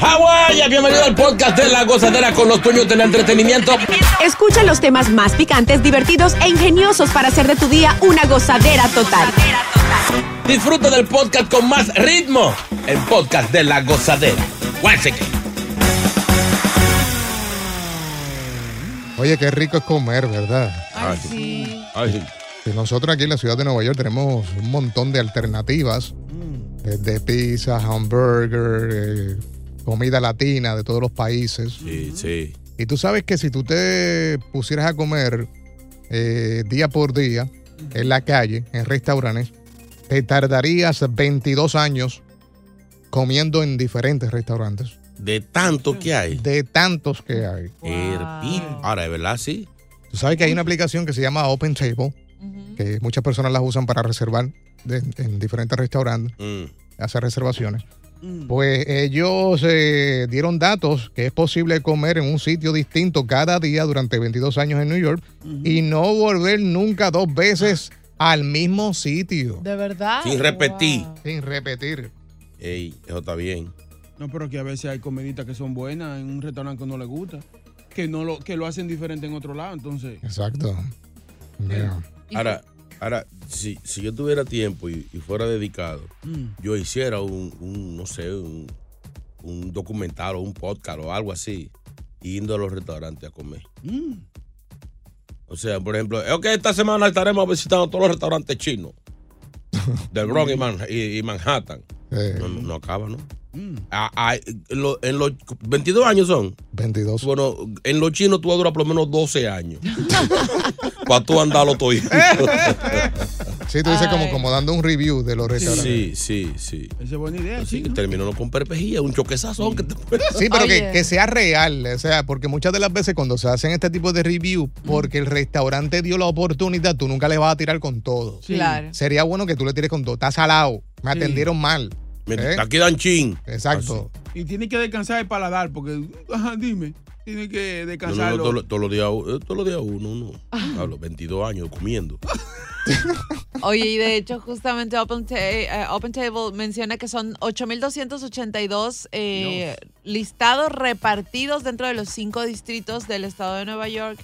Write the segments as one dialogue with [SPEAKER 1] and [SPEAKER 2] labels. [SPEAKER 1] Hawaii, bienvenido al podcast de La Gozadera con los dueños del entretenimiento.
[SPEAKER 2] Escucha los temas más picantes, divertidos e ingeniosos para hacer de tu día una gozadera total.
[SPEAKER 1] Disfruta del podcast con más ritmo, el podcast de La Gozadera. Guáseque.
[SPEAKER 3] Oye, qué rico es comer, ¿verdad?
[SPEAKER 4] Ay, sí.
[SPEAKER 3] Ay. Nosotros aquí en la ciudad de Nueva York tenemos un montón de alternativas,
[SPEAKER 4] Mm.
[SPEAKER 3] desde pizza, hamburger, eh, comida latina de todos los países.
[SPEAKER 4] Sí, sí.
[SPEAKER 3] Y tú sabes que si tú te pusieras a comer eh, día por día en la calle, en restaurantes, te tardarías 22 años comiendo en diferentes restaurantes.
[SPEAKER 4] De tanto que hay.
[SPEAKER 3] De tantos que hay.
[SPEAKER 4] Herpín. Ahora, de verdad, sí.
[SPEAKER 3] Tú sabes que hay una aplicación que se llama Open Table, que muchas personas las usan para reservar de- en diferentes restaurantes,
[SPEAKER 4] Mm.
[SPEAKER 3] hacer reservaciones. Pues ellos eh, dieron datos que es posible comer en un sitio distinto cada día durante 22 años en New York y no volver nunca dos veces al mismo sitio.
[SPEAKER 5] ¿De verdad?
[SPEAKER 4] Sin repetir.
[SPEAKER 3] Sin repetir.
[SPEAKER 4] Ey, eso está bien.
[SPEAKER 6] No, pero que a veces hay comiditas que son buenas en un restaurante que no le gusta, que no lo que lo hacen diferente en otro lado, entonces.
[SPEAKER 3] Exacto.
[SPEAKER 4] Ahora, ahora si, si yo tuviera tiempo y, y fuera dedicado, yo hiciera un, un, no sé, un, un documental o un podcast o algo así, yendo a los restaurantes a comer. O sea, por ejemplo, eh, ok, esta semana estaremos visitando todos los restaurantes chinos del Bronx y, Man- y- y Manhattan. No, no acaba, ¿no? Ah, ah, en lo- en los 22 años son.
[SPEAKER 3] 22.
[SPEAKER 4] Bueno, en los chinos tú vas a durar por lo menos 12 años. para tú andarlo todo.
[SPEAKER 3] Sí, tú dices como, como dando un review de los restaurantes.
[SPEAKER 4] Sí, sí, sí.
[SPEAKER 6] Esa es buena idea.
[SPEAKER 4] Así que terminó con perpejía, un choquezazón que te
[SPEAKER 3] Sí, pero que, que sea real, o sea, porque muchas de las veces cuando se hacen este tipo de review, porque el restaurante dio la oportunidad, tú nunca le vas a tirar con todo.
[SPEAKER 4] Sí. Claro.
[SPEAKER 3] Sería bueno que tú le tires con todo. Estás salado, me
[SPEAKER 6] Sí.
[SPEAKER 3] atendieron mal.
[SPEAKER 4] Me
[SPEAKER 3] ¿eh?
[SPEAKER 4] quedan chin.
[SPEAKER 3] Exacto.
[SPEAKER 6] Y tiene que descansar el paladar, porque, ajá, dime, tiene que
[SPEAKER 4] No, no, no,
[SPEAKER 6] descansarlo.
[SPEAKER 4] todos los- todos los días eh, todos los días uno, uno.
[SPEAKER 5] Ah.
[SPEAKER 4] A los 22 años comiendo.
[SPEAKER 5] Oye, y de hecho, justamente Open, Ta- eh, Open Table menciona que son 8,282 eh, listados repartidos dentro de los cinco distritos del estado de Nueva York.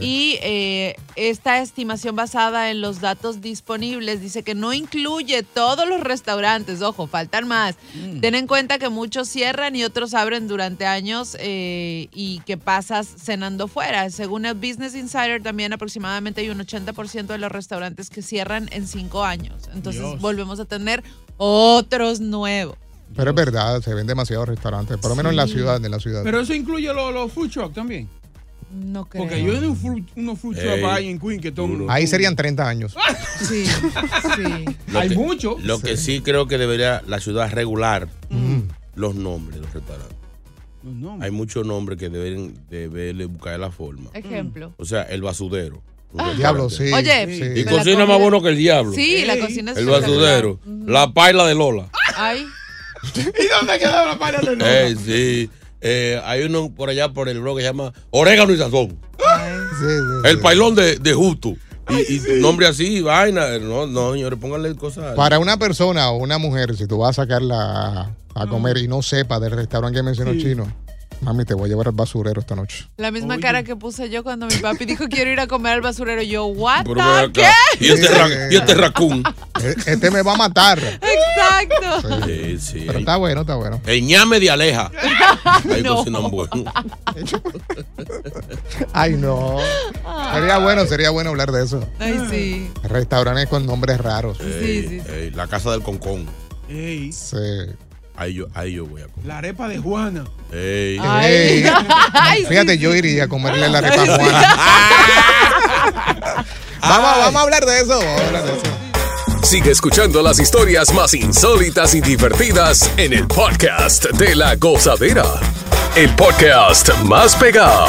[SPEAKER 5] Y eh, esta estimación basada en los datos disponibles dice que no incluye todos los restaurantes, ojo, faltan más.
[SPEAKER 6] Mm.
[SPEAKER 5] Ten en cuenta que muchos cierran y otros abren durante años eh, y que pasas cenando fuera. Según el Business Insider, también aproximadamente hay un 80% de los restaurantes que cierran en cinco años. Entonces
[SPEAKER 3] Dios.
[SPEAKER 5] volvemos a tener otros nuevos.
[SPEAKER 3] Pero es verdad, se ven demasiados restaurantes, por lo menos en la
[SPEAKER 6] Sí.
[SPEAKER 3] ciudad, en la ciudad.
[SPEAKER 6] Pero eso incluye los los food trucks también.
[SPEAKER 5] No creo.
[SPEAKER 6] Porque yo en un fruit- unos food
[SPEAKER 4] Ey,
[SPEAKER 6] trucks ahí en Queen que son.
[SPEAKER 3] Ahí serían 30 años.
[SPEAKER 5] Sí, sí.
[SPEAKER 6] Hay
[SPEAKER 4] que-
[SPEAKER 6] mucho.
[SPEAKER 4] Lo que sí creo que debería la ciudad regular
[SPEAKER 3] Mm.
[SPEAKER 4] los nombres de los restaurantes. Hay muchos nombres que deben, deben buscar la forma.
[SPEAKER 5] Ejemplo. Ah.
[SPEAKER 4] O sea, el basudero.
[SPEAKER 3] Diablo, sí.
[SPEAKER 5] Oye,
[SPEAKER 3] sí.
[SPEAKER 4] Y
[SPEAKER 5] pero la
[SPEAKER 4] cocina más
[SPEAKER 5] comida-
[SPEAKER 4] bueno que el diablo.
[SPEAKER 5] Sí, la cocina es
[SPEAKER 4] El basudero. La paila de Lola.
[SPEAKER 5] Ay.
[SPEAKER 4] ¿Y dónde queda la paila de Eh, sí. Eh, hay uno por allá por el blog que se llama Orégano y Sazón. el pailón de, de Justo. Y, y nombre así, vaina. No, no, señores, pónganle cosas.
[SPEAKER 3] Para una persona o una mujer, si tú vas a sacarla a,
[SPEAKER 6] Ah.
[SPEAKER 3] a comer y no sepa del restaurante que mencionó
[SPEAKER 5] Sí.
[SPEAKER 3] Chino, mami, te voy a llevar al basurero esta noche.
[SPEAKER 5] La misma cara que puse yo cuando mi papi dijo quiero ir a comer al basurero. Yo, what
[SPEAKER 3] Pero
[SPEAKER 5] the-
[SPEAKER 3] ven acá.
[SPEAKER 4] Y este, ra- y este racún.
[SPEAKER 3] E- Este me va a matar.
[SPEAKER 5] Exacto.
[SPEAKER 4] Sí, sí.
[SPEAKER 3] Pero está bueno, está bueno.
[SPEAKER 4] El ñame de Aleja. Ahí cocinan bueno.
[SPEAKER 3] Ay, no. Sería bueno, sería bueno hablar de eso.
[SPEAKER 5] Ay, sí.
[SPEAKER 3] Restaurantes con nombres raros.
[SPEAKER 4] Ey, ey, la casa del concón. Ahí yo, ahí yo voy a comer.
[SPEAKER 6] La arepa de Juana.
[SPEAKER 4] Ey.
[SPEAKER 6] Ay. Ay,
[SPEAKER 3] Fíjate,
[SPEAKER 6] sí,
[SPEAKER 3] yo
[SPEAKER 6] sí.
[SPEAKER 3] iría a comerle la arepa a Juana. Vamos, vamos a hablar de eso. vamos a hablar de eso.
[SPEAKER 7] Sigue escuchando las historias más insólitas y divertidas en el podcast de la gozadera. El podcast más pegado.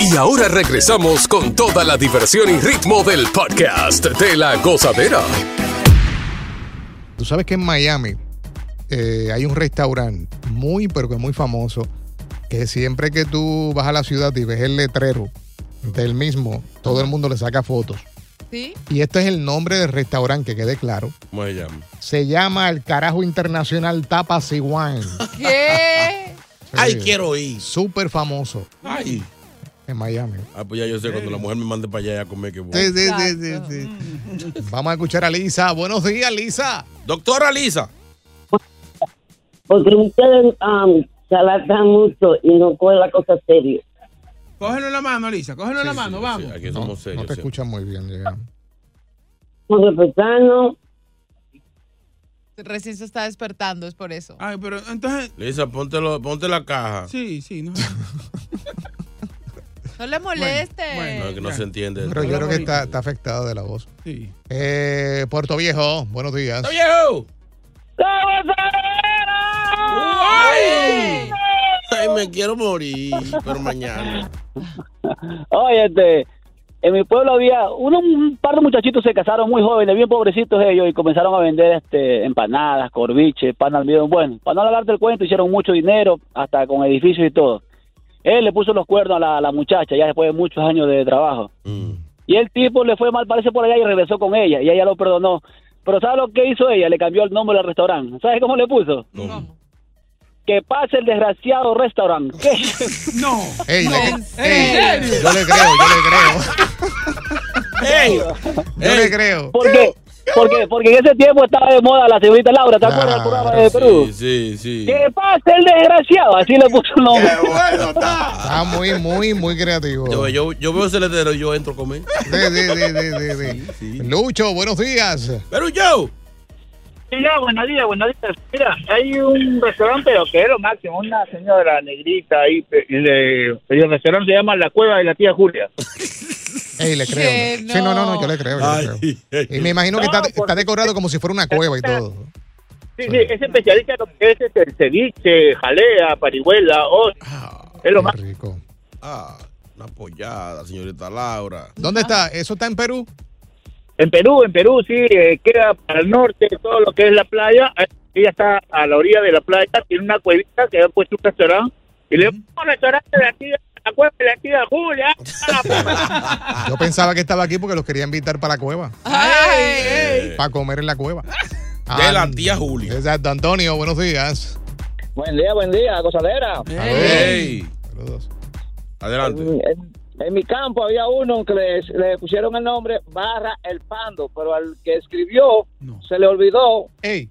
[SPEAKER 7] Y ahora regresamos con toda la diversión y ritmo del podcast de la gozadera.
[SPEAKER 3] Tú sabes que en Miami eh, hay un restaurante muy, pero que muy famoso, que siempre que tú vas a la ciudad y ves el letrero del mismo, todo el mundo le saca fotos.
[SPEAKER 5] ¿Sí?
[SPEAKER 3] Y este es el nombre del restaurante, que quede claro.
[SPEAKER 4] ¿Cómo se llama?
[SPEAKER 3] Se llama el carajo internacional Tapas y Wine.
[SPEAKER 5] ¿Qué?
[SPEAKER 4] Ay, quiero ir.
[SPEAKER 3] Súper famoso
[SPEAKER 4] Ay.
[SPEAKER 3] en Miami.
[SPEAKER 4] Ah, pues ya yo sé, cuando la mujer me mande para allá a comer, que voy.
[SPEAKER 3] Sí, sí, sí, sí, sí. Vamos a escuchar a Lisa. Buenos días, Lisa.
[SPEAKER 4] Doctora Lisa.
[SPEAKER 8] Porque Pues ustedes um, charlatan mucho y no cogen la cosa serio.
[SPEAKER 6] Cógelo en la mano, Lisa. Cógelo en la mano, vamos.
[SPEAKER 4] aquí somos serios.
[SPEAKER 3] No te escuchan muy bien, ya.
[SPEAKER 8] Porque pesano,
[SPEAKER 5] Recién se está despertando, es por eso.
[SPEAKER 6] Ay, pero entonces.
[SPEAKER 4] Lisa, ponte, lo- ponte la caja.
[SPEAKER 6] Sí, sí, no.
[SPEAKER 5] No le moleste.
[SPEAKER 4] No, es que no se entiende.
[SPEAKER 3] Pero yo creo que está, está afectado de la voz.
[SPEAKER 6] Sí.
[SPEAKER 3] Eh, Puerto Viejo, buenos días.
[SPEAKER 4] viejo! ¡Ay! Ay, me quiero morir, pero mañana.
[SPEAKER 9] Oye, este, en mi pueblo había uno- un par de muchachitos se casaron muy jóvenes, bien pobrecitos ellos, y comenzaron a vender este empanadas, corviches, pan al miedo. Bueno, para no alargarte el cuento, hicieron mucho dinero, hasta con edificios y todo. Él le puso los cuernos a la, a la muchacha, ya después de muchos años de trabajo. Y el tipo le fue mal, parece, por allá y regresó con ella, y ella lo perdonó. Pero ¿sabes lo que hizo ella? Le cambió el nombre del restaurante. ¿Sabes cómo le puso? Que pase el desgraciado restaurante.
[SPEAKER 6] No.
[SPEAKER 3] Ey, le-
[SPEAKER 6] ¿En
[SPEAKER 3] ey, yo le creo, yo le creo.
[SPEAKER 9] Yo
[SPEAKER 3] le creo.
[SPEAKER 9] ¿Por qué? Porque, porque en ese tiempo estaba de moda la señorita Laura, ¿te acuerdas del programa de Perú?
[SPEAKER 4] Sí, sí.
[SPEAKER 9] ¡Que pase el desgraciado! Así le puso el nombre.
[SPEAKER 3] Está muy, muy, muy creativo.
[SPEAKER 4] Yo, yo, yo veo ese letrero y yo entro a comer.
[SPEAKER 3] Sí, sí, sí, sí, sí, sí. Lucho, buenos días.
[SPEAKER 4] Pero yo.
[SPEAKER 10] Mira, buenos días, buenos días. Mira, hay un restaurante, pero que es lo máximo, una señora negrita ahí. pe- le- el restaurante se llama La Cueva de la Tía Julia.
[SPEAKER 3] Ey, le creo.
[SPEAKER 10] Que
[SPEAKER 3] Sí, no, no, no, yo le creo. yo le creo. Y me imagino que está, está decorado como si fuera una cueva y todo.
[SPEAKER 10] Sí, sí, es especialista en lo que es este, el ceviche, jalea, parihuela, o es lo más.
[SPEAKER 4] Ah, una pollada, señorita Laura.
[SPEAKER 3] ¿Dónde está? ¿Eso está en Perú?
[SPEAKER 10] En Perú, en Perú, sí, eh, queda para el norte, todo lo que es la playa. Ella está a la orilla de la playa, tiene una cuevita que ha puesto un restaurante Y le digo, un restaurante de aquí, de la cueva, de aquí de Julia.
[SPEAKER 3] Ah, Yo pensaba que estaba aquí porque los quería invitar para la cueva.
[SPEAKER 4] Ay,
[SPEAKER 3] Para comer en la cueva.
[SPEAKER 4] Eh.
[SPEAKER 3] Ah,
[SPEAKER 4] De la tía Julia.
[SPEAKER 3] Exacto, Antonio, buenos días.
[SPEAKER 10] Buen día, buen día, gozadera.
[SPEAKER 4] Ey. Adelante.
[SPEAKER 10] En mi campo había uno que les- le, pusieron el nombre Barra el Pando, pero al que escribió se le olvidó de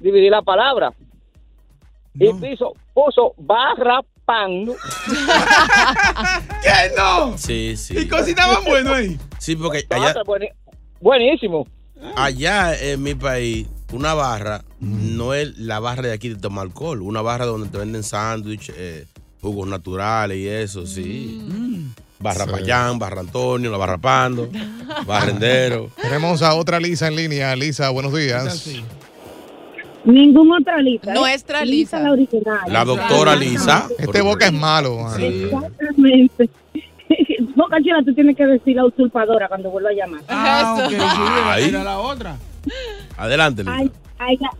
[SPEAKER 10] dividir la palabra. Y piso- puso Barra Pando.
[SPEAKER 4] ¿Qué no? Sí, sí.
[SPEAKER 10] ¿Y cocinaban bueno ahí?
[SPEAKER 4] Sí, porque allá.
[SPEAKER 10] Buenísimo.
[SPEAKER 4] Allá en mi país, una barra no es la barra de aquí de tomar alcohol. Una barra donde te venden sándwich, eh, jugos naturales y eso, sí.
[SPEAKER 6] Mm.
[SPEAKER 4] Barra
[SPEAKER 3] Sí.
[SPEAKER 4] Payán, Barra Antonio, la Barra Pando, Barrendero.
[SPEAKER 3] Tenemos a otra Lisa en línea. Lisa, buenos días.
[SPEAKER 11] Ningún otra
[SPEAKER 12] ¿eh?
[SPEAKER 11] Lisa.
[SPEAKER 5] Nuestra
[SPEAKER 11] Lisa. La original.
[SPEAKER 4] La doctora Lisa.
[SPEAKER 3] Este boca es malo.
[SPEAKER 11] Exactamente. No, Cachila, tú tienes que decir la usurpadora cuando vuelva a llamar.
[SPEAKER 6] Ah, ok, sí, era-
[SPEAKER 4] Ay.
[SPEAKER 6] era la otra.
[SPEAKER 4] Adelante, Lisa.
[SPEAKER 11] Ay, ay, ya.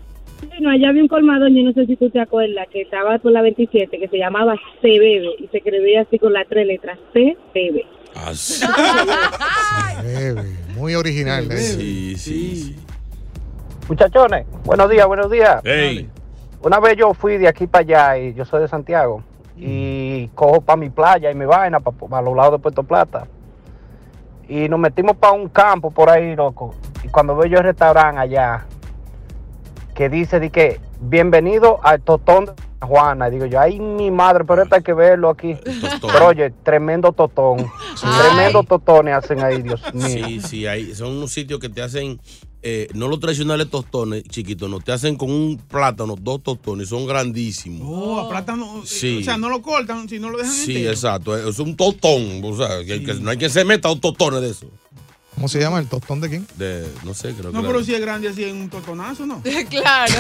[SPEAKER 11] Bueno, allá había un colmadón, yo no sé si tú te acuerdas, que estaba por la 27, que se llamaba CBB y se escribía así con las tres letras, CBB.
[SPEAKER 4] Así.
[SPEAKER 3] Bebe, Muy original. ¿eh?
[SPEAKER 4] Sí, sí, sí.
[SPEAKER 13] Muchachones, buenos días, buenos días. Una vez yo fui de aquí para allá y yo soy de Santiago y cojo para mi playa y mi vaina para los lados de Puerto Plata. Y nos metimos para un campo por ahí, loco. Y cuando veo yo el restaurante allá que dice de que bienvenido al Totón de San Juana. Y digo yo, ay mi madre, pero esto hay que verlo aquí. Pero oye, tremendo totón. Tremendo totones hacen ahí, Dios
[SPEAKER 6] Ah,
[SPEAKER 13] mío.
[SPEAKER 4] Sí, sí, hay, son unos sitios que te hacen, eh, no los tradicionales tostones, chiquitos, no, te hacen con un plátano, dos tostones, son grandísimos.
[SPEAKER 6] Oh, a plátano.
[SPEAKER 4] Sí.
[SPEAKER 6] O sea, no lo cortan, si no lo dejan
[SPEAKER 4] Sí,
[SPEAKER 6] entero.
[SPEAKER 4] exacto, es un tostón, o sea, que, que no hay que se meta un tostón de eso.
[SPEAKER 3] ¿Cómo se llama el tostón de quién?
[SPEAKER 4] De, no sé, creo
[SPEAKER 6] No,
[SPEAKER 4] que
[SPEAKER 6] pero
[SPEAKER 4] era-
[SPEAKER 6] si es grande así es un totonazo, ¿no?
[SPEAKER 5] claro.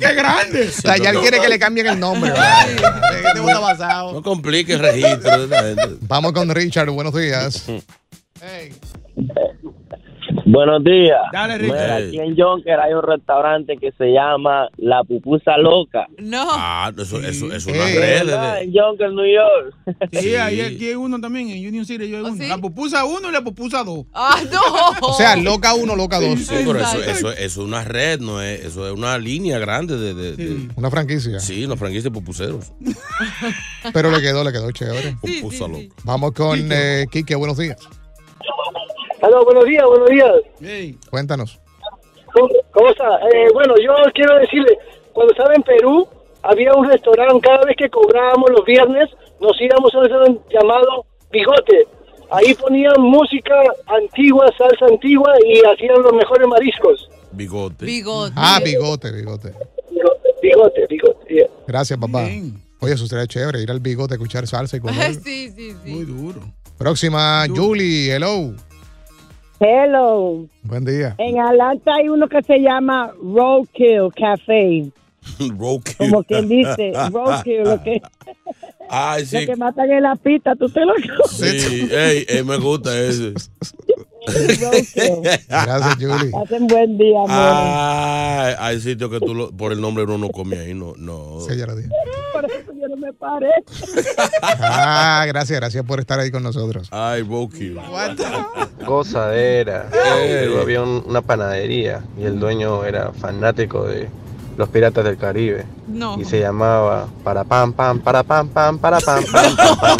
[SPEAKER 6] ¡Qué grande!
[SPEAKER 4] Sí,
[SPEAKER 3] O sea, ya
[SPEAKER 4] pero
[SPEAKER 3] él
[SPEAKER 4] no-
[SPEAKER 3] quiere que le cambien el nombre.
[SPEAKER 4] No compliques el registro de esa gente.
[SPEAKER 3] Vamos con Richard, buenos días.
[SPEAKER 14] Buenos días.
[SPEAKER 3] Dale, Ricky.
[SPEAKER 14] Mira,
[SPEAKER 3] Ey.
[SPEAKER 14] aquí en Jonker hay un restaurante que se llama La Pupusa Loca.
[SPEAKER 5] No.
[SPEAKER 4] Ah, eso, eso, es una
[SPEAKER 14] Ey.
[SPEAKER 4] red.
[SPEAKER 14] Ah,
[SPEAKER 4] de-
[SPEAKER 14] en Jonker, New York.
[SPEAKER 6] Sí, ahí aquí hay uno también, en Union City
[SPEAKER 11] ¿Oh,
[SPEAKER 6] yo hay uno. Ah, pues, oh. La pupusa uno y la pupusa dos.
[SPEAKER 5] ¡Ah, no!
[SPEAKER 3] O sea, loca uno, loca dos.
[SPEAKER 4] Sí, pero eso, eso, eso es una red, no es, eso es una línea grande de, de- de-
[SPEAKER 3] Una franquicia.
[SPEAKER 4] sí, una franquicia de pupuseros.
[SPEAKER 3] Pero le quedó, le quedó chévere.
[SPEAKER 4] Pupusa loca.
[SPEAKER 3] Vamos con eh, Quique, buenos días.
[SPEAKER 10] Aló, buenos días, buenos días.
[SPEAKER 3] Cuéntanos.
[SPEAKER 10] ¿Cómo, cómo está? Eh, bueno, yo quiero decirle, cuando estaba en Perú, había un restaurante, cada vez que cobrábamos los viernes, nos íbamos a un restaurante llamado Bigote. Ahí ponían música antigua, salsa antigua y hacían los mejores mariscos.
[SPEAKER 4] Bigote.
[SPEAKER 5] Bigote.
[SPEAKER 3] Ah, bigote, bigote.
[SPEAKER 10] Bigote, bigote. yeah.
[SPEAKER 3] Gracias, papá. Oye, eso sería chévere, ir al bigote a escuchar salsa y comer.
[SPEAKER 5] sí, sí, sí.
[SPEAKER 6] Muy duro.
[SPEAKER 3] Próxima, Julie, hello.
[SPEAKER 11] Hello.
[SPEAKER 3] Buen día.
[SPEAKER 11] En Atlanta hay uno que se llama Roadkill Café.
[SPEAKER 4] Roadkill.
[SPEAKER 11] Como quien dice, Roadkill, lo que,
[SPEAKER 4] Ay,
[SPEAKER 11] lo
[SPEAKER 4] sí.
[SPEAKER 11] que matan en la pista, tú te lo
[SPEAKER 4] Sí, ey, ey, me gusta ese.
[SPEAKER 3] Gracias, Julie.
[SPEAKER 11] Hacen buen día, amor.
[SPEAKER 15] Ah.
[SPEAKER 4] Ay, hay sitios que tú lo- por el nombre uno no come ahí, no, no.
[SPEAKER 3] Sí, ya lo dije.
[SPEAKER 11] Por eso yo no me paré.
[SPEAKER 3] Ah, gracias, gracias por estar ahí con nosotros.
[SPEAKER 6] Ah.
[SPEAKER 4] Ay, Boki.
[SPEAKER 13] Gozadera. En Perú había un- una panadería y el dueño era fanático de los piratas del Caribe.
[SPEAKER 5] No.
[SPEAKER 13] Y se llamaba para pam pam para pam pam para pam pam. pam, pam.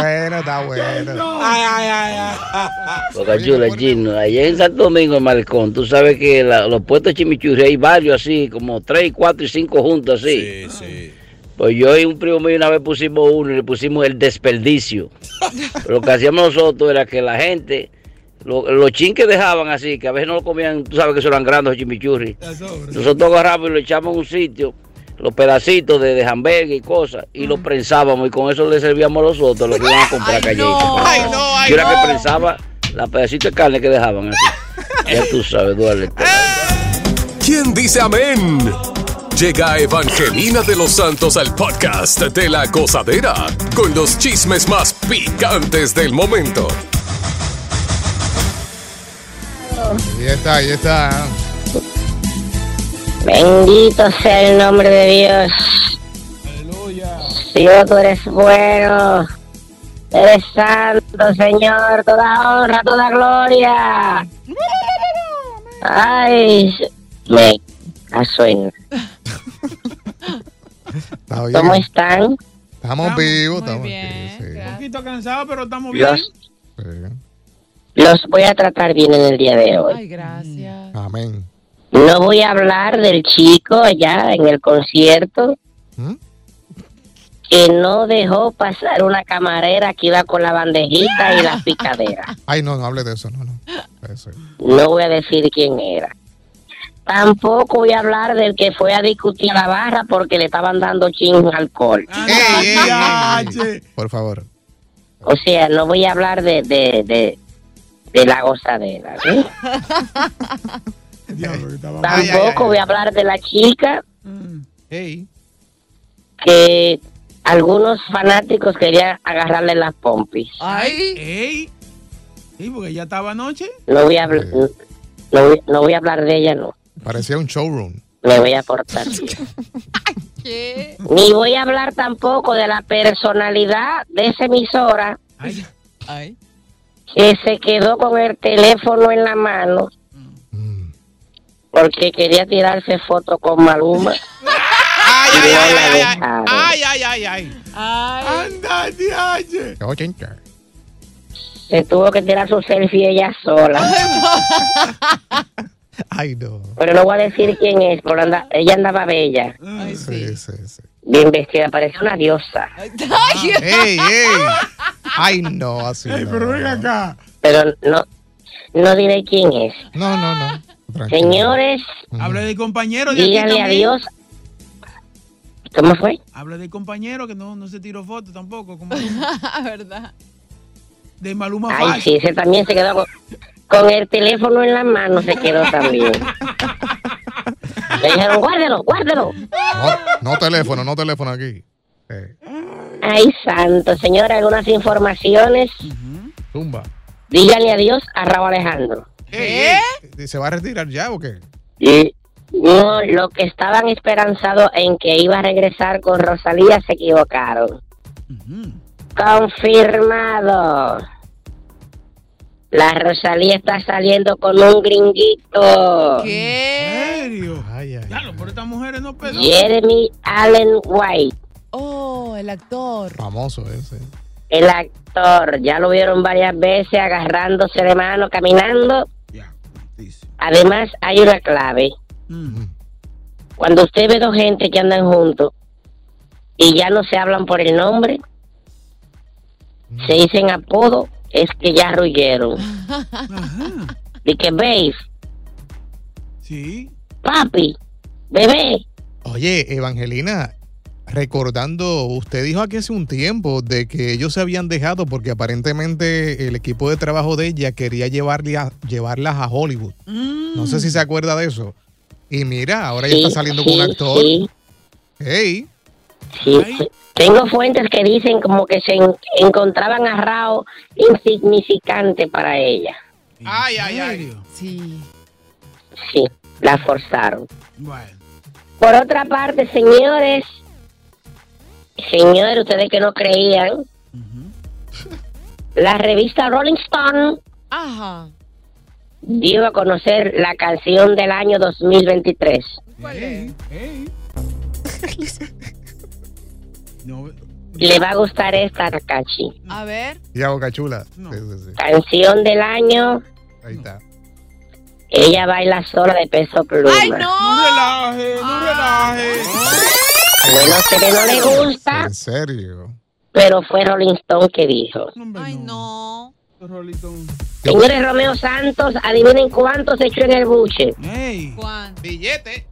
[SPEAKER 3] Bueno, está bueno.
[SPEAKER 4] Ay, ay, ay, ay.
[SPEAKER 16] Boca Chula, Gino, allá en Santo Domingo, en Malecón, tú sabes que la- los puestos de chimichurri hay varios así, como tres, cuatro y cinco juntos así. Pues yo y un primo mío una vez pusimos uno y le pusimos el desperdicio. Pero lo que hacíamos nosotros era que la gente, lo- los chin que dejaban así, que a veces no lo comían, tú sabes que son eran grandes los chimichurri. Nosotros agarramos y lo echamos en un sitio, los pedacitos de, de hamburguesa y cosas, y los prensábamos y con eso le servíamos a los otros, los que iban a comprar calleja.
[SPEAKER 5] Mm. Ay, no, ay,
[SPEAKER 16] Yo era
[SPEAKER 5] no.
[SPEAKER 16] que prensaba la pedacito de carne que dejaban así. ya tú sabes, duele.
[SPEAKER 7] ¿Quién dice amén? Llega Evangelina de los Santos al podcast de la gozadera con los chismes más picantes del momento.
[SPEAKER 3] Ahí está, ahí está.
[SPEAKER 12] Bendito sea el nombre de Dios. Dios, tú eres bueno. Eres santo, Señor. Toda honra, toda gloria. Ay, me asueño. ¿Cómo están?
[SPEAKER 3] Estamos vivos, estamos
[SPEAKER 6] Un poquito cansado, pero estamos bien.
[SPEAKER 12] Los, los voy a tratar bien en el día de hoy.
[SPEAKER 5] Ay, gracias.
[SPEAKER 3] Amén.
[SPEAKER 12] No voy a hablar del chico allá en el concierto
[SPEAKER 3] ¿Mm?
[SPEAKER 12] que no dejó pasar una camarera que iba con la bandejita y la picadera.
[SPEAKER 3] Ay, no, no hable de eso, no, no. Eso.
[SPEAKER 12] No voy a decir quién era. Tampoco voy a hablar del que fue a discutir a la barra porque le estaban dando chin alcohol.
[SPEAKER 3] Por favor.
[SPEAKER 12] O sea, no voy a hablar de, de, de, de la gozadera. ¿sí? Tampoco voy a hablar de la chica que algunos fanáticos querían agarrarle las pompis.
[SPEAKER 6] Ay. Ey. Sí, porque ya estaba anoche.
[SPEAKER 12] No
[SPEAKER 3] Eh,
[SPEAKER 12] voy a, habl- no, voy- no voy a hablar de ella, no.
[SPEAKER 3] Parecía un showroom.
[SPEAKER 12] Me voy a aportar. Ni voy a hablar tampoco de la personalidad de esa emisora que se quedó con el teléfono en la mano porque quería tirarse foto con Maluma. Y no la dejaron.
[SPEAKER 6] Ay, ay, ay, ay. Anda, diache.
[SPEAKER 12] Se tuvo que tirar su selfie ella sola.
[SPEAKER 3] Ay, no.
[SPEAKER 12] Pero no voy a decir quién es, porque anda- ella andaba bella.
[SPEAKER 3] Ah, Sí, sí, sí. Ah,
[SPEAKER 12] Bien vestida, parecía una diosa.
[SPEAKER 3] ¡Ey, ey! ¡Ay, no! Así no.
[SPEAKER 12] pero Pero no, no diré quién es.
[SPEAKER 3] No, no, no.
[SPEAKER 12] Señores,
[SPEAKER 6] Habla del compañero. de aquí
[SPEAKER 12] díganle
[SPEAKER 6] también.
[SPEAKER 12] adiós. ¿Cómo fue?
[SPEAKER 6] Habla del compañero que no, no se tiró foto tampoco. Como ¿Verdad? De Maluma
[SPEAKER 12] Ay,
[SPEAKER 6] Fash.
[SPEAKER 12] sí, ese también se quedó con, con el teléfono en la mano, se quedó también. Le dijeron, guárdelo, guárdelo.
[SPEAKER 3] No teléfono, no teléfono aquí.
[SPEAKER 12] Ay, santo, señor, algunas informaciones.
[SPEAKER 3] Tumba.
[SPEAKER 12] Díganle adiós a Raúl Alejandro.
[SPEAKER 3] ¿Qué? ¿Se va a retirar ya o qué?
[SPEAKER 12] Y no, lo que estaban esperanzados en que iba a regresar con Rosalía se equivocaron. Confirmado. La Rosalía está saliendo con un gringuito.
[SPEAKER 6] ¿Qué? ¿En serio? ya lo, pero estas mujeres no pesan.
[SPEAKER 12] Jeremy Allen White,
[SPEAKER 6] Oh, el actor.
[SPEAKER 3] Famoso ese.
[SPEAKER 12] el actor. Ya lo vieron varias veces agarrándose de mano, caminando. Además, hay una clave. Cuando usted ve dos gente que andan juntos y ya no se hablan por el nombre, se dicen apodo, es que ya ruyeron. Y que veis. Papi, bebé.
[SPEAKER 3] Oye, Evangelina, recordando, usted dijo aquí hace un tiempo de que ellos se habían dejado porque aparentemente el equipo de trabajo de ella quería llevarle a- llevarlas a Hollywood.
[SPEAKER 6] Mm.
[SPEAKER 3] No sé si se acuerda de eso. Y mira, ahora ella
[SPEAKER 12] Sí,
[SPEAKER 3] está saliendo con un
[SPEAKER 12] sí,
[SPEAKER 3] actor.
[SPEAKER 12] sí.
[SPEAKER 3] Ey.
[SPEAKER 12] Sí, Tengo fuentes que dicen como que se en- encontraban a Rao insignificante para ella.
[SPEAKER 6] Ay, ay, ay. Sí.
[SPEAKER 12] Sí, la forzaron.
[SPEAKER 6] Bueno.
[SPEAKER 12] Por otra parte, señores, señores, ustedes que no creían, la revista Rolling Stone
[SPEAKER 5] Ajá.
[SPEAKER 12] dio a conocer la canción del año 2023.
[SPEAKER 6] ¿Cuál es?
[SPEAKER 12] Le va a gustar esta, Takashi.
[SPEAKER 6] Ah.
[SPEAKER 5] A ver.
[SPEAKER 3] Ya, boca chula.
[SPEAKER 12] Canción del año,
[SPEAKER 3] Ahí está.
[SPEAKER 12] ella baila sola de peso pluma.
[SPEAKER 6] ¡Ay, no! No relaje, no
[SPEAKER 5] Ah.
[SPEAKER 6] relaje.
[SPEAKER 12] Bueno, sé que no le gusta,
[SPEAKER 3] En serio.
[SPEAKER 12] pero fue Rolling Stone que dijo.
[SPEAKER 6] Ay, no.
[SPEAKER 12] Señores Romeo Santos, adivinen cuánto se echó en el buche.
[SPEAKER 6] Juan. Billete.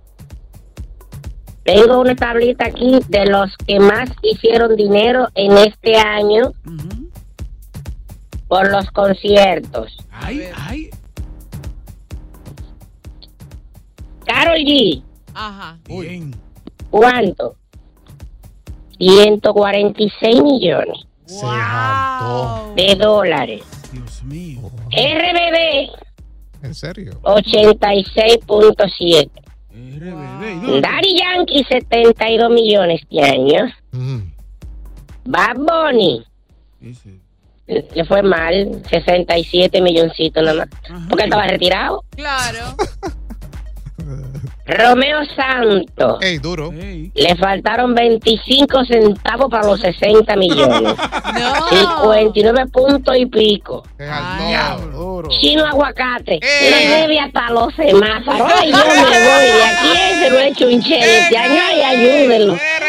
[SPEAKER 12] Tengo una tablita aquí de los que más hicieron dinero en este año por los conciertos.
[SPEAKER 6] Ay, ay.
[SPEAKER 12] Carol G,
[SPEAKER 5] Ajá.
[SPEAKER 6] Bien.
[SPEAKER 12] ¿cuánto? 146 millones de dólares. RBD,
[SPEAKER 3] En serio.
[SPEAKER 12] 86.7.
[SPEAKER 6] RBD.
[SPEAKER 17] Mm.
[SPEAKER 12] Daddy Yankee, 72 millones de años. Bad Bunny. Le fue mal, 67 milloncitos nada más. Porque estaba retirado.
[SPEAKER 5] Claro.
[SPEAKER 12] Romeo Santos.
[SPEAKER 3] Ey, duro.
[SPEAKER 12] Le faltaron 25 centavos para los 60 millones.
[SPEAKER 5] No.
[SPEAKER 12] 59 puntos y pico. Chino aguacate. Le debe hasta los demás. Ay, yo me voy de aquí. Ese no he hecho un chele este año. Ay, ayúdenlo.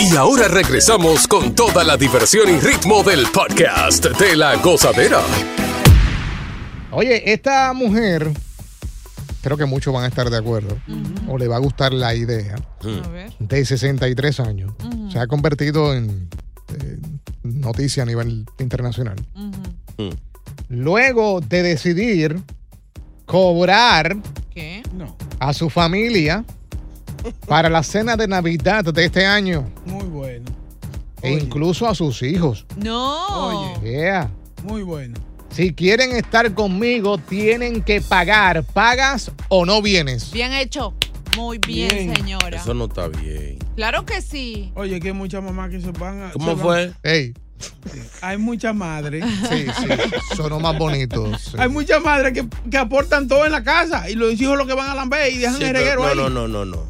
[SPEAKER 7] Y ahora regresamos con toda la diversión y ritmo del podcast de la gozadera.
[SPEAKER 3] Oye, esta mujer, creo que muchos van a estar de acuerdo, o le va a gustar la idea, de 63 años. Se ha convertido en eh, noticia a nivel internacional. Luego de decidir cobrar
[SPEAKER 5] ¿Qué?
[SPEAKER 3] a su familia para la cena de Navidad de este año.
[SPEAKER 6] Muy bueno,
[SPEAKER 3] E incluso a sus hijos.
[SPEAKER 5] No. Oye.
[SPEAKER 3] Yeah.
[SPEAKER 6] muy bueno.
[SPEAKER 3] Si quieren estar conmigo, tienen que pagar. ¿Pagas o no vienes?
[SPEAKER 5] Bien hecho. Muy bien, señora.
[SPEAKER 4] Eso no está bien.
[SPEAKER 5] Claro que sí.
[SPEAKER 6] Oye, que hay muchas mamás que se van a.
[SPEAKER 4] ¿Cómo
[SPEAKER 6] se
[SPEAKER 4] fue?
[SPEAKER 6] van- Hay muchas madres.
[SPEAKER 3] Sí, sí. Sonó más bonito. sí.
[SPEAKER 6] Hay muchas madres que, que aportan todo en la casa y los hijos lo que van a lamber y dejan
[SPEAKER 4] Sí,
[SPEAKER 6] el
[SPEAKER 4] no,
[SPEAKER 6] reguero
[SPEAKER 4] no,
[SPEAKER 6] ahí.
[SPEAKER 4] no, no, no, no.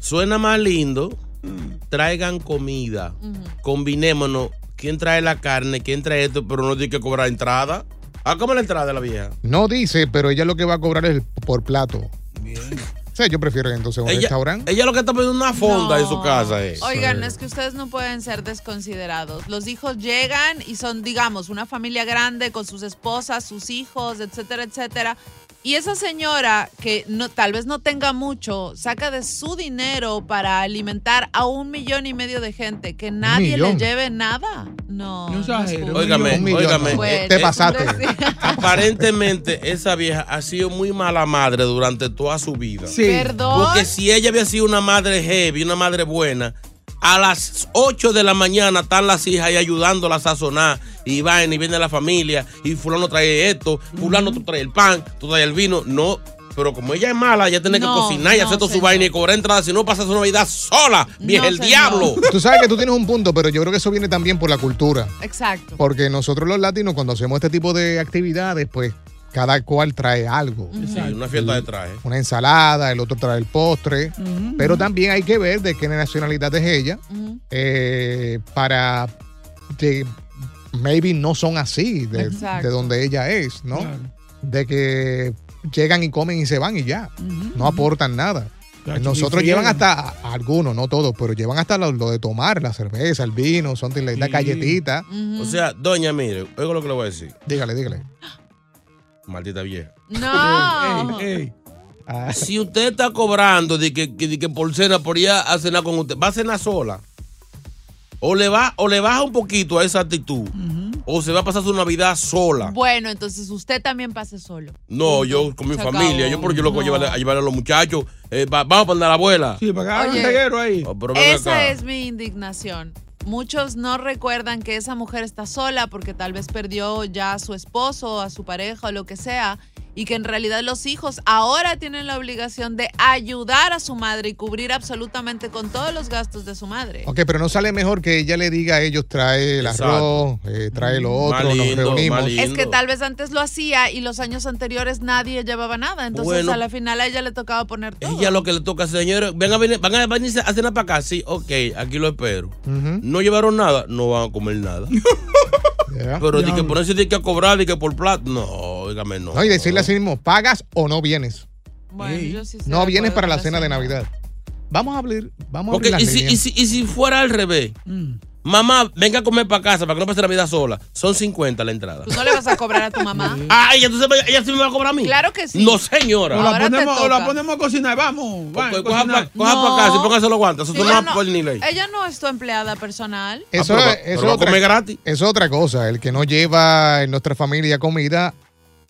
[SPEAKER 4] Suena más lindo.
[SPEAKER 6] Mm.
[SPEAKER 4] Traigan comida. Combinémonos. ¿Quién trae la carne? ¿Quién trae esto? Pero no tiene que cobrar entrada. Ah, ¿cómo la entrada de la vieja?
[SPEAKER 3] No dice, pero ella lo que va a cobrar es el- por plato. O sea, yo prefiero entonces un
[SPEAKER 4] Ella-
[SPEAKER 3] restaurante.
[SPEAKER 4] Ella lo que está pidiendo una fonda en su casa eh. es.
[SPEAKER 5] Oigan, es que ustedes no pueden ser desconsiderados. Los hijos llegan y son, digamos, una familia grande con sus esposas, sus hijos, etcétera, etcétera. Y esa señora que no, tal vez no tenga mucho, saca de su dinero para alimentar a un millón y medio de gente, que nadie le
[SPEAKER 4] millón.
[SPEAKER 5] lleve nada. No. no es justo.
[SPEAKER 4] Óigame,
[SPEAKER 3] Un millón,
[SPEAKER 4] óigame.
[SPEAKER 3] no.
[SPEAKER 4] Eh,
[SPEAKER 3] Te
[SPEAKER 4] eh,
[SPEAKER 3] pasaste.
[SPEAKER 4] Aparentemente, esa vieja ha sido muy mala madre durante toda su vida.
[SPEAKER 6] Sí. Perdón.
[SPEAKER 4] Porque si ella había sido una madre heavy, una madre buena, a las 8 de la mañana están las hijas ahí ayudándolas a sazonar. Y van y viene la familia. Y fulano trae esto, fulano tú traes el pan, tú traes el vino. No. Pero como ella es mala, ella tiene
[SPEAKER 5] No,
[SPEAKER 4] que cocinar y
[SPEAKER 5] no,
[SPEAKER 4] hacer toda su
[SPEAKER 5] señor.
[SPEAKER 4] vaina y cobrar entrada. Si no, pasa su Navidad sola. Vieja,
[SPEAKER 5] No,
[SPEAKER 4] el
[SPEAKER 5] señor.
[SPEAKER 4] diablo.
[SPEAKER 3] Tú sabes que tú tienes un punto, pero yo creo que eso viene también por la cultura.
[SPEAKER 5] Exacto.
[SPEAKER 3] Porque nosotros los latinos, cuando hacemos este tipo de actividades, pues cada cual trae algo.
[SPEAKER 4] Sí, una fiesta de traje.
[SPEAKER 3] Una ensalada, el otro trae el postre. Pero también hay que ver de qué nacionalidad es ella. eh, para que maybe no son así de,
[SPEAKER 5] Exacto.
[SPEAKER 3] de donde ella es, ¿no? De que llegan y comen y se van y ya. No aportan nada.
[SPEAKER 6] Cacho,
[SPEAKER 3] Nosotros
[SPEAKER 6] difieren.
[SPEAKER 3] llevan hasta, a- algunos, no todos, pero llevan hasta lo, lo de tomar, la cerveza, el vino, son de la la galletita.
[SPEAKER 4] O sea, doña, mire, oiga lo que le voy a decir.
[SPEAKER 3] Dígale, dígale.
[SPEAKER 4] Maldita vieja.
[SPEAKER 5] No.
[SPEAKER 6] Ah.
[SPEAKER 4] Si usted está cobrando de que, que- de que por cena, por ir a, a cenar con usted, va a cenar sola. O le, va, o le baja un poquito a esa actitud. O se va a pasar su Navidad sola.
[SPEAKER 5] Bueno, entonces usted también pase solo.
[SPEAKER 4] No, yo con mi
[SPEAKER 5] Se
[SPEAKER 4] familia,
[SPEAKER 5] acabó.
[SPEAKER 4] yo porque yo loco llevarle- a llevar a los muchachos. eh, va- vamos para andar a la abuela.
[SPEAKER 6] Sí, para
[SPEAKER 5] hagan Oye,
[SPEAKER 6] reguero ahí.
[SPEAKER 4] Oh, pero ven
[SPEAKER 5] Esa
[SPEAKER 4] acá.
[SPEAKER 5] es mi indignación. Muchos no recuerdan que esa mujer está sola porque tal vez perdió ya a su esposo, a su pareja o lo que sea. y que en realidad los hijos ahora tienen la obligación de ayudar a su madre y cubrir absolutamente con todos los gastos de su madre.
[SPEAKER 3] Ok, pero no sale mejor que ella le diga a ellos trae el
[SPEAKER 4] Exacto.
[SPEAKER 3] arroz, eh, trae lo otro, nos
[SPEAKER 4] lindo,
[SPEAKER 3] reunimos.
[SPEAKER 4] más lindo.
[SPEAKER 5] Es que tal vez antes lo hacía y los años anteriores nadie llevaba nada. Entonces
[SPEAKER 4] Bueno.
[SPEAKER 5] a la final a ella le tocaba poner todo.
[SPEAKER 4] Ella lo que le toca, señores, ven a venir, van a venir a cenar para acá. Sí, ok, aquí lo espero. No llevaron nada, no van a comer nada. Pero de que ponerse de que a cobrar, de que por plata. No, óigame, no.
[SPEAKER 3] No, y decirle así mismo, ¿pagas o no vienes?
[SPEAKER 5] Bueno, yo sí sé
[SPEAKER 3] No
[SPEAKER 5] de
[SPEAKER 3] vienes
[SPEAKER 5] acuerdo
[SPEAKER 3] para la
[SPEAKER 5] con
[SPEAKER 3] cena de Navidad. Vamos a abrir, vamos a
[SPEAKER 4] Porque,
[SPEAKER 3] abrir las
[SPEAKER 4] y, si,
[SPEAKER 3] líneas.
[SPEAKER 4] y, si, y si fuera al revés,
[SPEAKER 6] Mm.
[SPEAKER 4] mamá, venga a comer para casa para que no pase la vida sola. Son 50 la entrada.
[SPEAKER 5] Tú no le vas a cobrar a tu mamá.
[SPEAKER 4] Ah, ella, entonces, ella sí me va a cobrar a mí.
[SPEAKER 5] Claro que sí.
[SPEAKER 4] No, señora.
[SPEAKER 6] O la, ponemos, o la ponemos a cocinar, vamos.
[SPEAKER 4] Coja
[SPEAKER 6] vamos a
[SPEAKER 4] para
[SPEAKER 6] cocinar.
[SPEAKER 4] acá y póngase los guantes. Eso
[SPEAKER 5] Ella
[SPEAKER 4] no
[SPEAKER 5] no-
[SPEAKER 4] por ni ley. Ah,
[SPEAKER 5] Ella no es tu empleada personal.
[SPEAKER 3] Eso,
[SPEAKER 4] pero va-
[SPEAKER 3] es-
[SPEAKER 4] pero
[SPEAKER 3] eso
[SPEAKER 4] va
[SPEAKER 3] es
[SPEAKER 4] a
[SPEAKER 3] otra,
[SPEAKER 4] comer gratis.
[SPEAKER 3] es otra cosa. El que no lleva en nuestra familia comida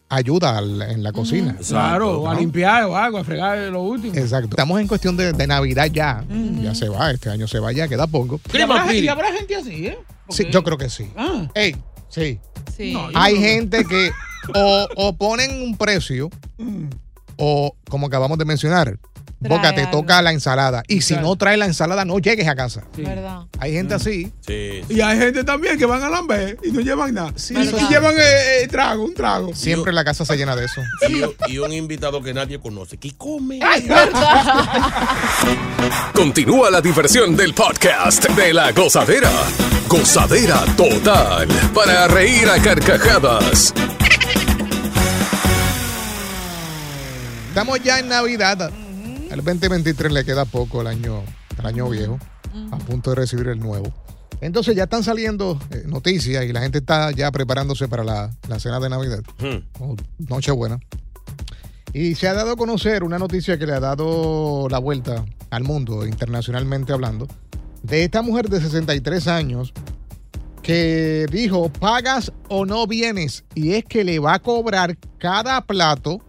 [SPEAKER 3] ayuda al- en la cocina.
[SPEAKER 6] Claro, a
[SPEAKER 3] ¿No?
[SPEAKER 6] limpiar o algo, a fregar lo último.
[SPEAKER 3] Exacto. Estamos en cuestión de, de Navidad ya. Ya se va, este año se va ya, queda poco.
[SPEAKER 6] Y habrá, Ah. y habrá gente así, ¿eh?
[SPEAKER 3] Sí, yo creo que sí. Ey, sí.
[SPEAKER 5] Sí.
[SPEAKER 3] Hay gente que o, o ponen un precio o, como acabamos de mencionar, Boca, te toca la ensalada. Y si no trae la ensalada, no llegues a casa.
[SPEAKER 5] ¿Verdad?
[SPEAKER 3] Hay gente así.
[SPEAKER 4] Sí.
[SPEAKER 6] Y hay gente también que van a lamber y no llevan nada. y,
[SPEAKER 3] ¿verdad?
[SPEAKER 6] y llevan eh, eh, trago, un trago.
[SPEAKER 3] Siempre la casa se llena de eso.
[SPEAKER 4] Y, y un invitado que nadie conoce. ¿Qué come?
[SPEAKER 7] Continúa la diversión del podcast de la gozadera. Gozadera total. Para reír a carcajadas.
[SPEAKER 3] Estamos ya en Navidad. El 2023 le queda poco al año, al año viejo, a punto de recibir el nuevo. Entonces ya están saliendo eh, noticias y la gente está ya preparándose para la, la cena de Navidad. o Nochebuena. Y se ha dado a conocer una noticia que le ha dado la vuelta al mundo, internacionalmente hablando, de esta mujer de 63 años que dijo, pagas o no vienes. Y es que le va a cobrar cada plato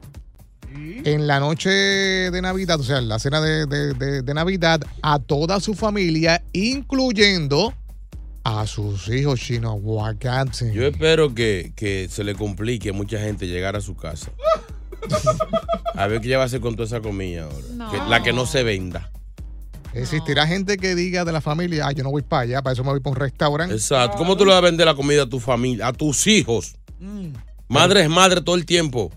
[SPEAKER 3] en la noche de Navidad, o sea, en la cena de, de- de- de Navidad, a toda su familia, incluyendo a sus hijos chinohuacates.
[SPEAKER 4] Yo espero que, que se le complique a mucha gente llegar a su casa. A ver qué ya va a hacer con toda esa comida ahora.
[SPEAKER 3] No.
[SPEAKER 4] Que- la que no se venda.
[SPEAKER 3] Existirá gente que diga de la familia, ah, yo no voy para allá, para eso me voy para un restaurante.
[SPEAKER 4] Exacto. ¿Cómo tú le vas a vender la comida a tu familia, a tus hijos?
[SPEAKER 5] Mm.
[SPEAKER 4] Madre es madre todo el tiempo.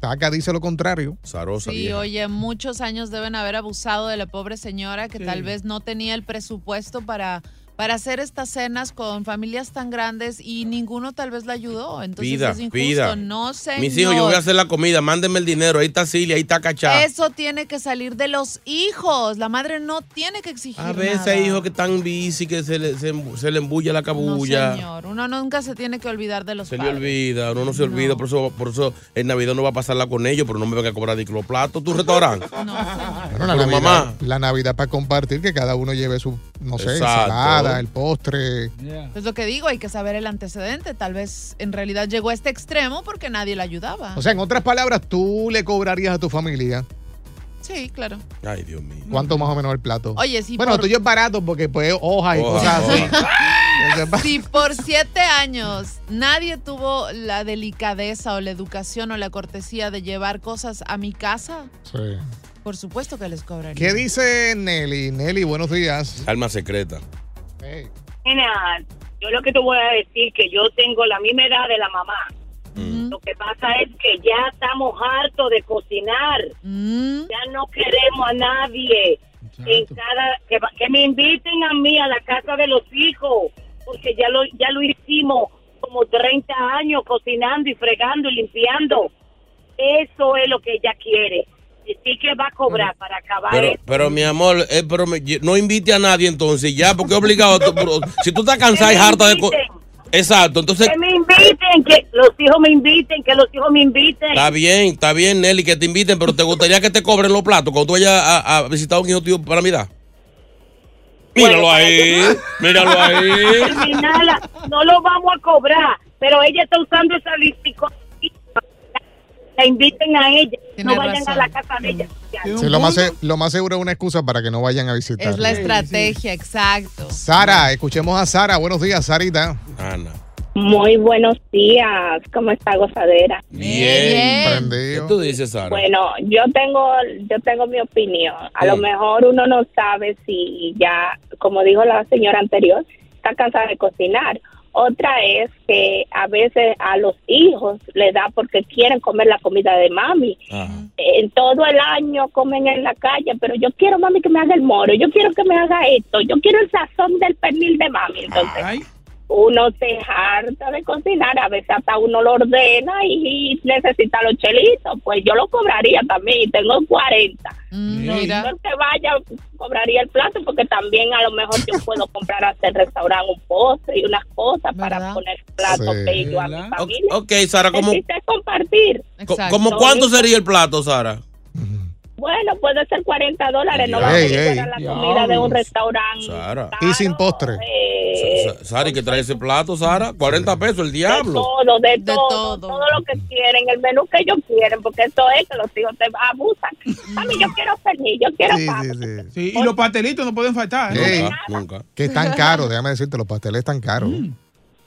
[SPEAKER 3] Taca dice lo contrario.
[SPEAKER 4] Zarosa,
[SPEAKER 5] Sí,
[SPEAKER 4] vieja.
[SPEAKER 5] oye, muchos años deben haber abusado de la pobre señora que tal vez no tenía el presupuesto para, para hacer estas cenas con familias tan grandes y ninguno tal vez la ayudó. Entonces
[SPEAKER 4] Pida,
[SPEAKER 5] es injusto.
[SPEAKER 4] pida.
[SPEAKER 5] No sé.
[SPEAKER 4] Mis hijos, yo voy a hacer la comida. Mándenme el dinero. Ahí está Silvia, ahí está Cachá.
[SPEAKER 5] Eso tiene que salir de los hijos. La madre no tiene que exigir.
[SPEAKER 4] A veces
[SPEAKER 5] nada.
[SPEAKER 4] hay hijos que están bici, que se le, se, se le embulla la cabulla.
[SPEAKER 5] Señor, uno nunca se tiene que olvidar de los
[SPEAKER 4] Se le
[SPEAKER 5] padres.
[SPEAKER 4] olvida, uno no se olvida, por eso, por eso en Navidad no va a pasarla con ellos, pero no me van a cobrar de que los platos, tu restaurante.
[SPEAKER 3] Bueno, la,
[SPEAKER 4] Pero
[SPEAKER 3] Navidad,
[SPEAKER 4] mamá.
[SPEAKER 3] la Navidad para compartir, que cada uno lleve su, no sé,
[SPEAKER 4] Exacto.
[SPEAKER 3] ensalada, el postre.
[SPEAKER 5] Es lo que digo, hay que saber el antecedente. Tal vez en realidad llegó a este extremo porque nadie la ayudaba.
[SPEAKER 3] O sea, en otras palabras, tú le cobrarías a tu familia
[SPEAKER 5] sí, claro.
[SPEAKER 4] Ay, Dios mío.
[SPEAKER 3] cuánto más o menos el plato.
[SPEAKER 5] Oye, sí,
[SPEAKER 3] Bueno,
[SPEAKER 5] por-
[SPEAKER 3] tuyo es barato porque pues hojas y
[SPEAKER 4] Hoja,
[SPEAKER 3] cosas así. Eso es barato.
[SPEAKER 5] Si por siete años nadie tuvo la delicadeza o la educación o la cortesía de llevar cosas a mi casa,
[SPEAKER 3] Sí.
[SPEAKER 5] por supuesto que les cobraría.
[SPEAKER 3] ¿Qué dice Nelly? Nelly, buenos días.
[SPEAKER 4] Alma secreta.
[SPEAKER 18] Nena, yo lo que te voy a decir que yo tengo la misma edad de la mamá.
[SPEAKER 4] Mm.
[SPEAKER 18] Lo que pasa es que ya estamos hartos de cocinar.
[SPEAKER 4] Mm.
[SPEAKER 18] Ya no queremos a nadie. En cada, que, va- que me inviten a mí a la casa de los hijos, porque ya lo, ya lo hicimos como 30 años cocinando y fregando y limpiando. Eso es lo que ella quiere. Y sí que va a cobrar para acabar
[SPEAKER 4] Pero,
[SPEAKER 18] esto.
[SPEAKER 4] pero mi amor, eh, pero me- no invite a nadie entonces, ya, porque es obligado. tú- pero si tú estás cansada y
[SPEAKER 18] Que me
[SPEAKER 4] harta de. co- Exacto, entonces.
[SPEAKER 18] Que me inviten, que los hijos me inviten, que los hijos me inviten.
[SPEAKER 4] Está bien, está bien, Nelly, que te inviten, pero te gustaría que te cobren los platos cuando tú vayas a, a visitar a un hijo tuyo para mirar. Míralo ahí, míralo ahí.
[SPEAKER 18] Terminala, no lo vamos a cobrar, pero ella está usando esa listico. La inviten a ella,
[SPEAKER 5] Tiene
[SPEAKER 18] no vayan
[SPEAKER 5] razón.
[SPEAKER 18] a la casa de ella.
[SPEAKER 3] Sí, lo, más, se- lo más seguro es una excusa para que no vayan a visitar.
[SPEAKER 5] Es la estrategia, exacto.
[SPEAKER 4] Ah,
[SPEAKER 3] Sara, escuchemos a Sara. Buenos días, Sarita.
[SPEAKER 4] Ana.
[SPEAKER 17] Muy buenos días, ¿cómo está gozadera?
[SPEAKER 4] Bien. ¿Qué tú dices, Sara?
[SPEAKER 17] Bueno, yo tengo yo tengo mi opinión. A lo mejor uno no sabe si ya, como dijo la señora anterior, está cansada de cocinar. Otra es que a veces a los hijos le da porque quieren comer la comida de mami. En todo el año comen en la calle, pero yo quiero mami que me haga el moro, yo quiero que me haga esto, yo quiero el sazón del pernil de mami. Entonces, uno se harta de cocinar, a veces hasta uno lo ordena y, y necesita los chelitos, pues yo lo cobraría también, y tengo 40.
[SPEAKER 5] Mm.
[SPEAKER 17] No es que vaya, cobraría el plato porque también a lo mejor yo puedo comprar hasta el restaurante un postre y unas cosas para poner plato
[SPEAKER 4] Sí.
[SPEAKER 17] bello a mi familia.
[SPEAKER 4] Ok, Sara, ¿cómo,
[SPEAKER 17] Existe compartir.
[SPEAKER 4] co- ¿cómo cuánto
[SPEAKER 17] Entonces,
[SPEAKER 4] sería el plato, Sara?
[SPEAKER 17] Bueno, puede ser 40 dólares, no
[SPEAKER 4] Ey,
[SPEAKER 17] va a
[SPEAKER 4] ey,
[SPEAKER 17] ser la comida de un
[SPEAKER 4] diablos.
[SPEAKER 17] restaurante. eh,
[SPEAKER 4] Sara.
[SPEAKER 3] Y sin postre.
[SPEAKER 4] Sa- Sa- Sara, ¿y qué trae ese plato, Sara? 40 pesos, el diablo.
[SPEAKER 17] todo, de, todo, todo, lo que quieren, el menú que ellos quieren, porque eso es que los hijos te abusan. A mí yo quiero pernil, yo quiero papa.
[SPEAKER 6] Sí, y los pastelitos no pueden faltar. ¿eh?
[SPEAKER 3] Que están caros, déjame decirte, los pasteles están caros.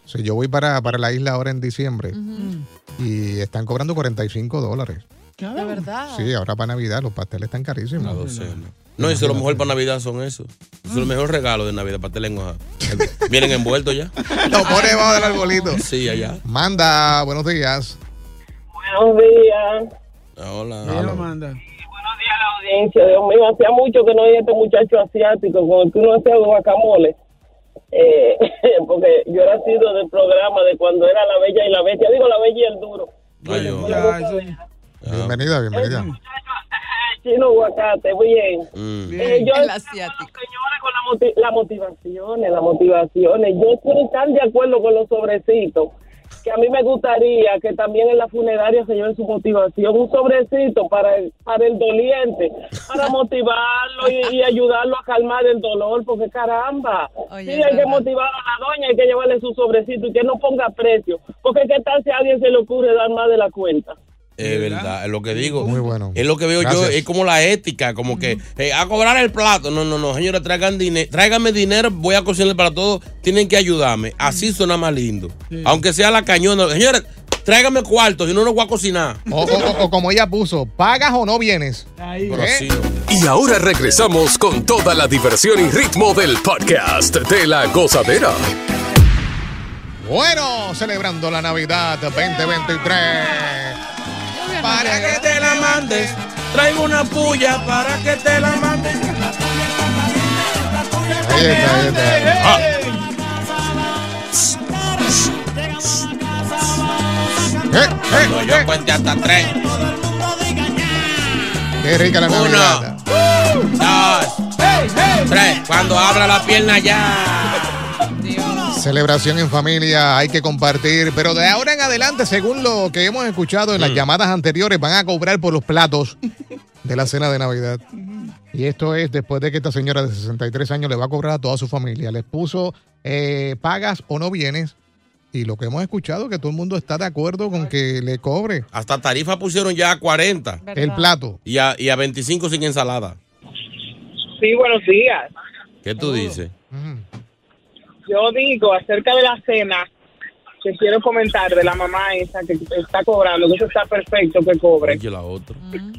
[SPEAKER 3] O sea, yo voy para, para la isla ahora en diciembre
[SPEAKER 15] Mm.
[SPEAKER 3] y están cobrando 45 dólares.
[SPEAKER 5] De
[SPEAKER 15] Ah.
[SPEAKER 5] verdad.
[SPEAKER 3] Sí, ahora para Navidad los pasteles están carísimos.
[SPEAKER 4] No, eso lo mejor para Navidad son eso. Eso es lo mejor regalo de Navidad, pastel en hoja. Vienen envueltos ya.
[SPEAKER 3] Lo pone debajo del arbolito.
[SPEAKER 4] Sí, allá.
[SPEAKER 3] Manda, buenos días.
[SPEAKER 15] Buenos días.
[SPEAKER 4] Hola.
[SPEAKER 15] audiencia. Dios mío, hacía mucho que no oía este muchacho asiático con el que uno hacía los guacamoles. Eh, porque yo era sido del programa de cuando era la bella y la bestia. Digo la bella y el duro.
[SPEAKER 6] Ya, Ah, eso-
[SPEAKER 3] Ah. Bienvenida, bienvenida.
[SPEAKER 15] Chino aguacate, muy bien. Eh, yo
[SPEAKER 5] El
[SPEAKER 15] estaba con los señores con la moti- las motivaciones, las motivaciones. Yo estoy tan de acuerdo con los sobrecitos que a mí me gustaría que también en la funeraria se lleven su motivación, un sobrecito para el, para el doliente, para motivarlo y, y ayudarlo a calmar el dolor, porque caramba,
[SPEAKER 5] Oye,
[SPEAKER 15] sí
[SPEAKER 5] es
[SPEAKER 15] hay que
[SPEAKER 5] verdad.
[SPEAKER 15] motivar a la doña, hay que llevarle su sobrecito y que no ponga precio, porque qué tal si a alguien se le ocurre dar más de la cuenta.
[SPEAKER 4] Es verdad, es lo que digo.
[SPEAKER 3] Muy bueno.
[SPEAKER 4] Es lo que veo yo,
[SPEAKER 3] Gracias.
[SPEAKER 4] es como la ética, como que eh, a cobrar el plato. No, no, no, señora, traigan dinero, tráigame dinero, voy a cocinar para todos, tienen que ayudarme. Así suena más lindo. Aunque sea la cañona, señora, tráigame cuarto, si no, no voy a cocinar.
[SPEAKER 3] O, o- o- o como ella puso, ¿pagas o no vienes?
[SPEAKER 4] Pero así no.
[SPEAKER 7] Y ahora regresamos con toda la diversión y ritmo del podcast de la gozadera.
[SPEAKER 3] Bueno, celebrando la Navidad
[SPEAKER 4] Eh,
[SPEAKER 3] 2023.
[SPEAKER 1] Para que te la mandes, traigo una puya para que te la mandes.
[SPEAKER 3] Ahí está, ahí
[SPEAKER 4] Ah.
[SPEAKER 3] está. Eh,
[SPEAKER 1] Cuando yo cuente hasta tres.
[SPEAKER 3] Qué rica la Navidad.
[SPEAKER 1] Uno, dos, tres. Cuando abra la pierna ya.
[SPEAKER 3] Celebración en familia, hay que compartir, pero de ahora en adelante, según lo que hemos escuchado en las llamadas anteriores, van a cobrar por los platos de la cena de Navidad. Y esto es después de que esta señora de 63 años le va a cobrar a toda su familia. Les puso, eh, pagas o no vienes. Y lo que hemos escuchado, que todo el mundo está de acuerdo con que le cobre
[SPEAKER 4] Hasta tarifa pusieron ya a 40.
[SPEAKER 3] el plato.
[SPEAKER 4] Y a, y a 25 sin ensalada.
[SPEAKER 15] Sí, buenos días.
[SPEAKER 4] ¿Qué tú dices?
[SPEAKER 15] Yo digo acerca de la cena que quiero comentar de la mamá esa que está cobrando, que eso está perfecto que cobre.
[SPEAKER 4] Oye, la otra.
[SPEAKER 3] Mm.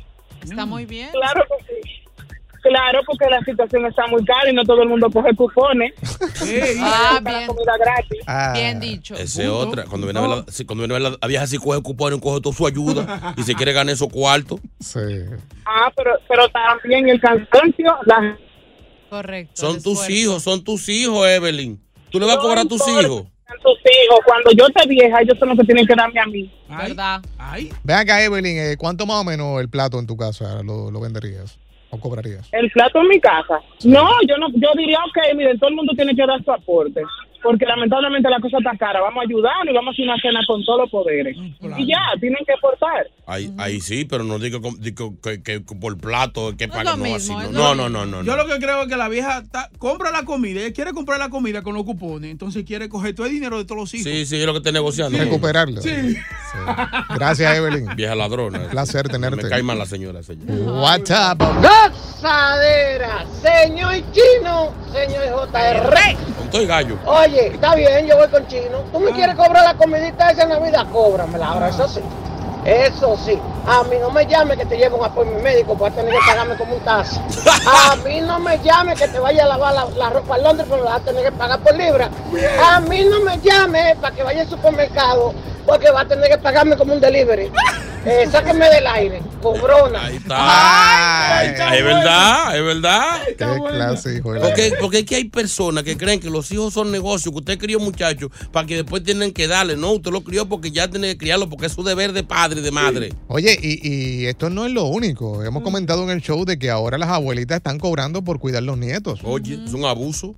[SPEAKER 5] Está muy bien.
[SPEAKER 15] Claro que sí. Claro, porque la situación está muy cara y no todo el mundo coge cupones.
[SPEAKER 5] Ah,
[SPEAKER 15] Para
[SPEAKER 5] bien.
[SPEAKER 15] comida gratis.
[SPEAKER 4] Ah.
[SPEAKER 5] Bien dicho.
[SPEAKER 4] Esa es otra. Cuando viene, a ver la, si- cuando viene a ver la, la vieja, si coge cupón, coge toda su ayuda y se quiere ganar esos cuartos.
[SPEAKER 3] Sí.
[SPEAKER 15] Ah, pero, pero también el cansancio, la
[SPEAKER 5] Correcto.
[SPEAKER 4] Son tus hijos, son tus hijos, Evelyn. Tú le vas a cobrar a tus hijos.
[SPEAKER 15] tus hijos, cuando yo te vieja, ellos son los que tienen que darme a mí.
[SPEAKER 5] ¿Verdad?
[SPEAKER 3] Ven acá, Evelyn, eh, ¿cuánto más o menos el plato en tu casa lo, lo venderías o cobrarías?
[SPEAKER 15] El plato en mi casa. No, yo no, yo diría, ok, miren, todo el mundo tiene que dar su aporte. Porque lamentablemente la cosa está cara. Vamos a ayudar y vamos a hacer una cena con todos los poderes. Y ya, tienen que aportar.
[SPEAKER 4] Ahí, ahí sí, pero no digo, com- digo que, que por plato, que paga.
[SPEAKER 6] lo
[SPEAKER 4] No,
[SPEAKER 6] mismo,
[SPEAKER 4] así
[SPEAKER 6] es
[SPEAKER 4] no.
[SPEAKER 6] lo
[SPEAKER 4] No,
[SPEAKER 6] mismo.
[SPEAKER 4] no, no, no.
[SPEAKER 6] Yo
[SPEAKER 4] no.
[SPEAKER 6] lo que creo es que la vieja está- compra la comida, ella quiere comprar la comida con los cupones, entonces quiere coger todo el dinero de todos los hijos.
[SPEAKER 4] Sí, sí, es lo que está negociando.
[SPEAKER 3] Recuperarlo.
[SPEAKER 6] Sí.
[SPEAKER 3] Gracias, Evelyn.
[SPEAKER 4] Vieja ladrona.
[SPEAKER 3] Placer tenerte.
[SPEAKER 4] Me cae mal la señora. señor.
[SPEAKER 3] WhatsApp.
[SPEAKER 19] Gozadera, señor Chino, señor JR.
[SPEAKER 4] estoy gallo.
[SPEAKER 20] Oye, está bien, yo voy con chino. ¿Tú me quieres cobrar la comidita esa en Navidad? Cóbramela ahora, eso sí. Eso sí. A mí no me llame que te lleve un apoyo médico, voy a tener que pagarme como un taxi. A mí no me llame que te vaya a lavar la, la ropa a Londres, pero la vas a tener que pagar por libra. A mí no me llame para que vaya al supermercado, porque va a tener que pagarme como un delivery. Eh, sáqueme del aire, cobrona. Ahí
[SPEAKER 4] está. Ahí está. es verdad, es verdad.
[SPEAKER 3] clase, hijo de la-
[SPEAKER 4] Porque, porque es que hay personas que creen que los hijos son negocios, que usted crió muchachos para que después tienen que darle. No, usted lo crió porque ya tiene que criarlo, porque es su deber de padre y de madre.
[SPEAKER 3] Oye, y, y esto no es lo único.
[SPEAKER 6] Mm.
[SPEAKER 3] Hemos comentado en el show de que ahora las abuelitas están cobrando por cuidar los nietos. Eh,
[SPEAKER 4] Oye, es un abuso.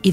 [SPEAKER 21] Y